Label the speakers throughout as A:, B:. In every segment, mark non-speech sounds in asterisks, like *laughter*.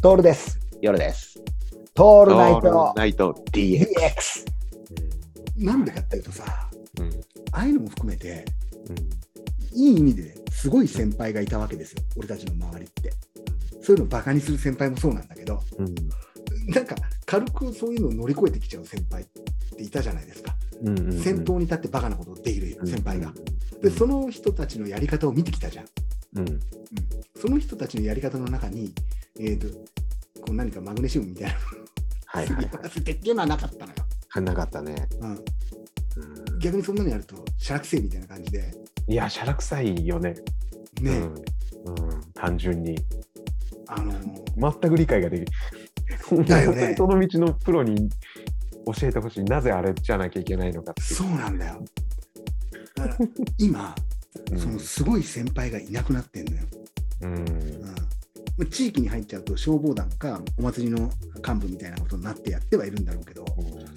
A: トールです。
B: 夜です。
A: ト
B: オ
A: ールナイト
B: ナイト DX。
A: DX。なんでかっていうとさ、
B: うん
A: ああいうのも含めて、いい意味ですごい先輩がいたわけですよ、俺たちの周りって。そういうのをバカにする先輩もそうなんだけど、
B: うん。
A: なんか軽くそういうのを乗り越えてきちゃう先輩っていたじゃないですか。
B: うん。うん
A: 先頭に立ってバカなことをできる先輩が。。
B: う
A: で、
B: ん
A: その人たちのやり方を見てきたじゃん。
B: うん。
A: その人たちのやり方の中に、えー、とこう何かマグネシウムみたいな
B: はい
A: の
B: は
A: を
B: い
A: 入。らせて *laughs* っていうのはなかったのよ。
B: はなかったね。
A: うん
B: うん
A: 逆にそんなのやると、シャラクセイみたいな感じで、
B: いや、しゃらくさいよね。
A: ね、
B: うん。うん単純に。
A: あの
B: 全く理解ができる。
A: だよね
B: *laughs* 本当にその道のプロに教えてほしい。なぜあれじゃなきゃいけないのかってい
A: そうなんだよ。だから今、
B: *laughs* う。
A: そのすごい先輩がいなくなってんのよ。
B: う
A: う
B: ん。
A: んまあ地域に入っちゃうと消防団かお祭りの幹部みたいなことになってやってはいるんだろうけど、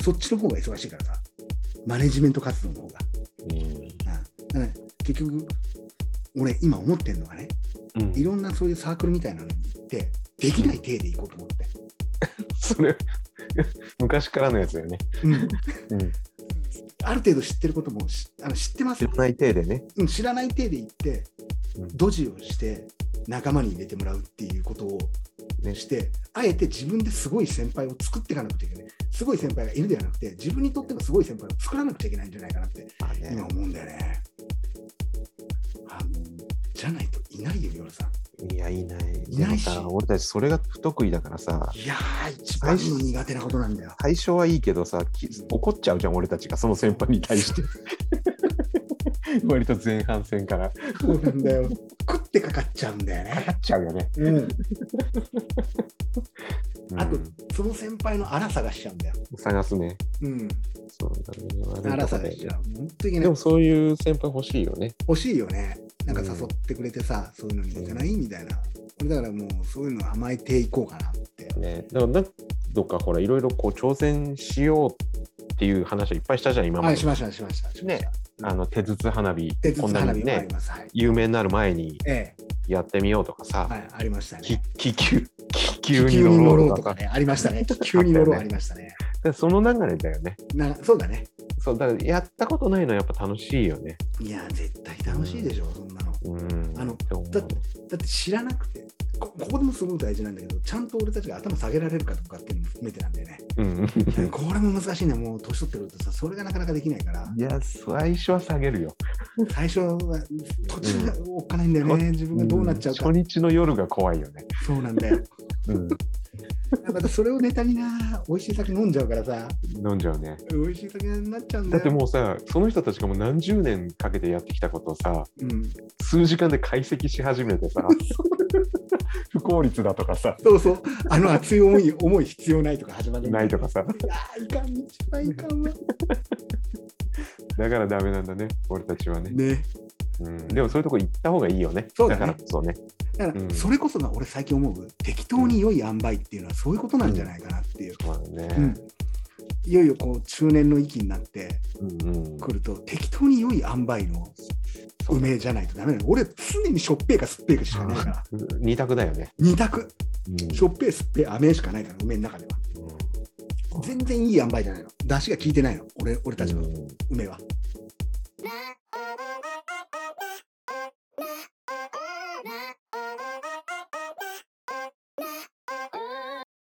A: そっちの方が忙しいからさ、マネジメント活動の方が。うん、だから結局、俺、今思ってんのがね、
B: うん
A: いろんなそういうサークルみたいなのに行って、できない体で行こうと思って。
B: それ、 *laughs* 昔からのやつだよね。
A: うん
B: うん。
A: ある程度知ってることもしあの知ってます
B: 知
A: よ
B: ら、ない体でね。
A: うん、知らない体で行って、
B: うん
A: ドジをして仲間に入れてもらうっていうことを
B: ね
A: して、あえて自分ですごい先輩を作っていかなくちゃいけないすごい先輩がいるではなくて自分にとってのすごい先輩を作らなくちゃいけないんじゃないかなって
B: まあね
A: 今思うんだよね。あのじゃないといないよ、夜さん。
B: いや、いない。
A: いないし
B: でもさ俺たちそれが不得意だからさ、
A: いやー、一番の苦手なことなんだよ。
B: 最初はいいけどさ、き怒っちゃうじゃん、俺たちが、その先輩に
A: *laughs*
B: 対して。割と前半戦から。か
A: そうなんだよ。食ってかかっちゃうんだよね。
B: っちゃうよね。
A: うん、
B: うん
A: あとその先輩の荒探しちゃうんだよ。
B: 探すね。
A: うん、
B: そうだね。
A: 荒
B: さ
A: 探しちゃう。本当にね
B: でも、そういう先輩欲しいよね。
A: 欲しいよね。なんか誘ってくれてさ、そういうのに行かないみたいな。俺だからもう、そういうの甘えていこうかなって。
B: ね。だから、何度かほら、いろいろこう挑戦しようっていう話をいっぱいしたじゃん、今ま
A: はい、
B: で
A: し。ました、しました。しました
B: ねあの、手筒花火、
A: 手筒
B: こんな
A: 花
B: に
A: 火もあり
B: ね、
A: ます。はい。
B: 有名になる前に
A: え
B: やってみようとか
A: え、
B: さ。
A: はい、ありました
B: き
A: ね。
B: 気球気
A: 気
B: 球に乗ろうとか
A: ね、ありました
B: *laughs*
A: ね。気球に乗ろうありましたね。
B: でその流れだよね
A: なそうだね。
B: そうだからやったことないのはやっぱ楽しいよね
A: いや、絶対楽しいでしょ、そんなの。
B: うん
A: あの
B: って思う
A: だってだって知らなくてこ、ここでもすごい大事なんだけど、ちゃんと俺たちが頭下げられるかとかっていうのも含めてなんだよ
B: *laughs*
A: ね。
B: うん
A: これも難しいね、もう年取ってくるとさ、それがなかなかできないから。
B: いや最初は下げるよ
A: 最初は途中がおっかないんだよね、自分がどうなっちゃうか、
B: ん初日の夜が怖いよね、
A: そうなんだよ
B: うん、
A: またそれをネタにな美味しい酒飲んじゃうからさ
B: 飲んじゃうね
A: 美味しい酒になっちゃうんだ
B: だ
A: よ
B: ってもうさその人たちがもう何十年かけてやってきたことをさ
A: う、ん、
B: 数時間で解析し始めてさ *laughs* 不効率だとかさ
A: そうそうあの熱い思い思い必要ないとか始まる
B: ないとかさ
A: あーいかん一番いかんわ
B: だからダメなんだね俺たちはね
A: ね
B: うん、でもそういうとこ行った方がいいよね。
A: そうだね
B: からこそね。
A: だか
B: う
A: ら
B: ん
A: それこそが俺最近思う適当に良い塩梅っていうのはそういうことなんじゃないかなっていう、
B: まあね。
A: うんいよいよこう中年の域になって
B: うんうん
A: くると適当に良い塩梅の
B: そう
A: 梅じゃないとダメなの俺常にしょっぺーかすっぺーかしかないから
B: 二択だよね。
A: 二択
B: うん
A: しょっぺーすっぺー甘えしかないから梅の中では全然いい塩梅じゃないの出汁が効いてないの俺俺たちの
B: うん
A: 梅は、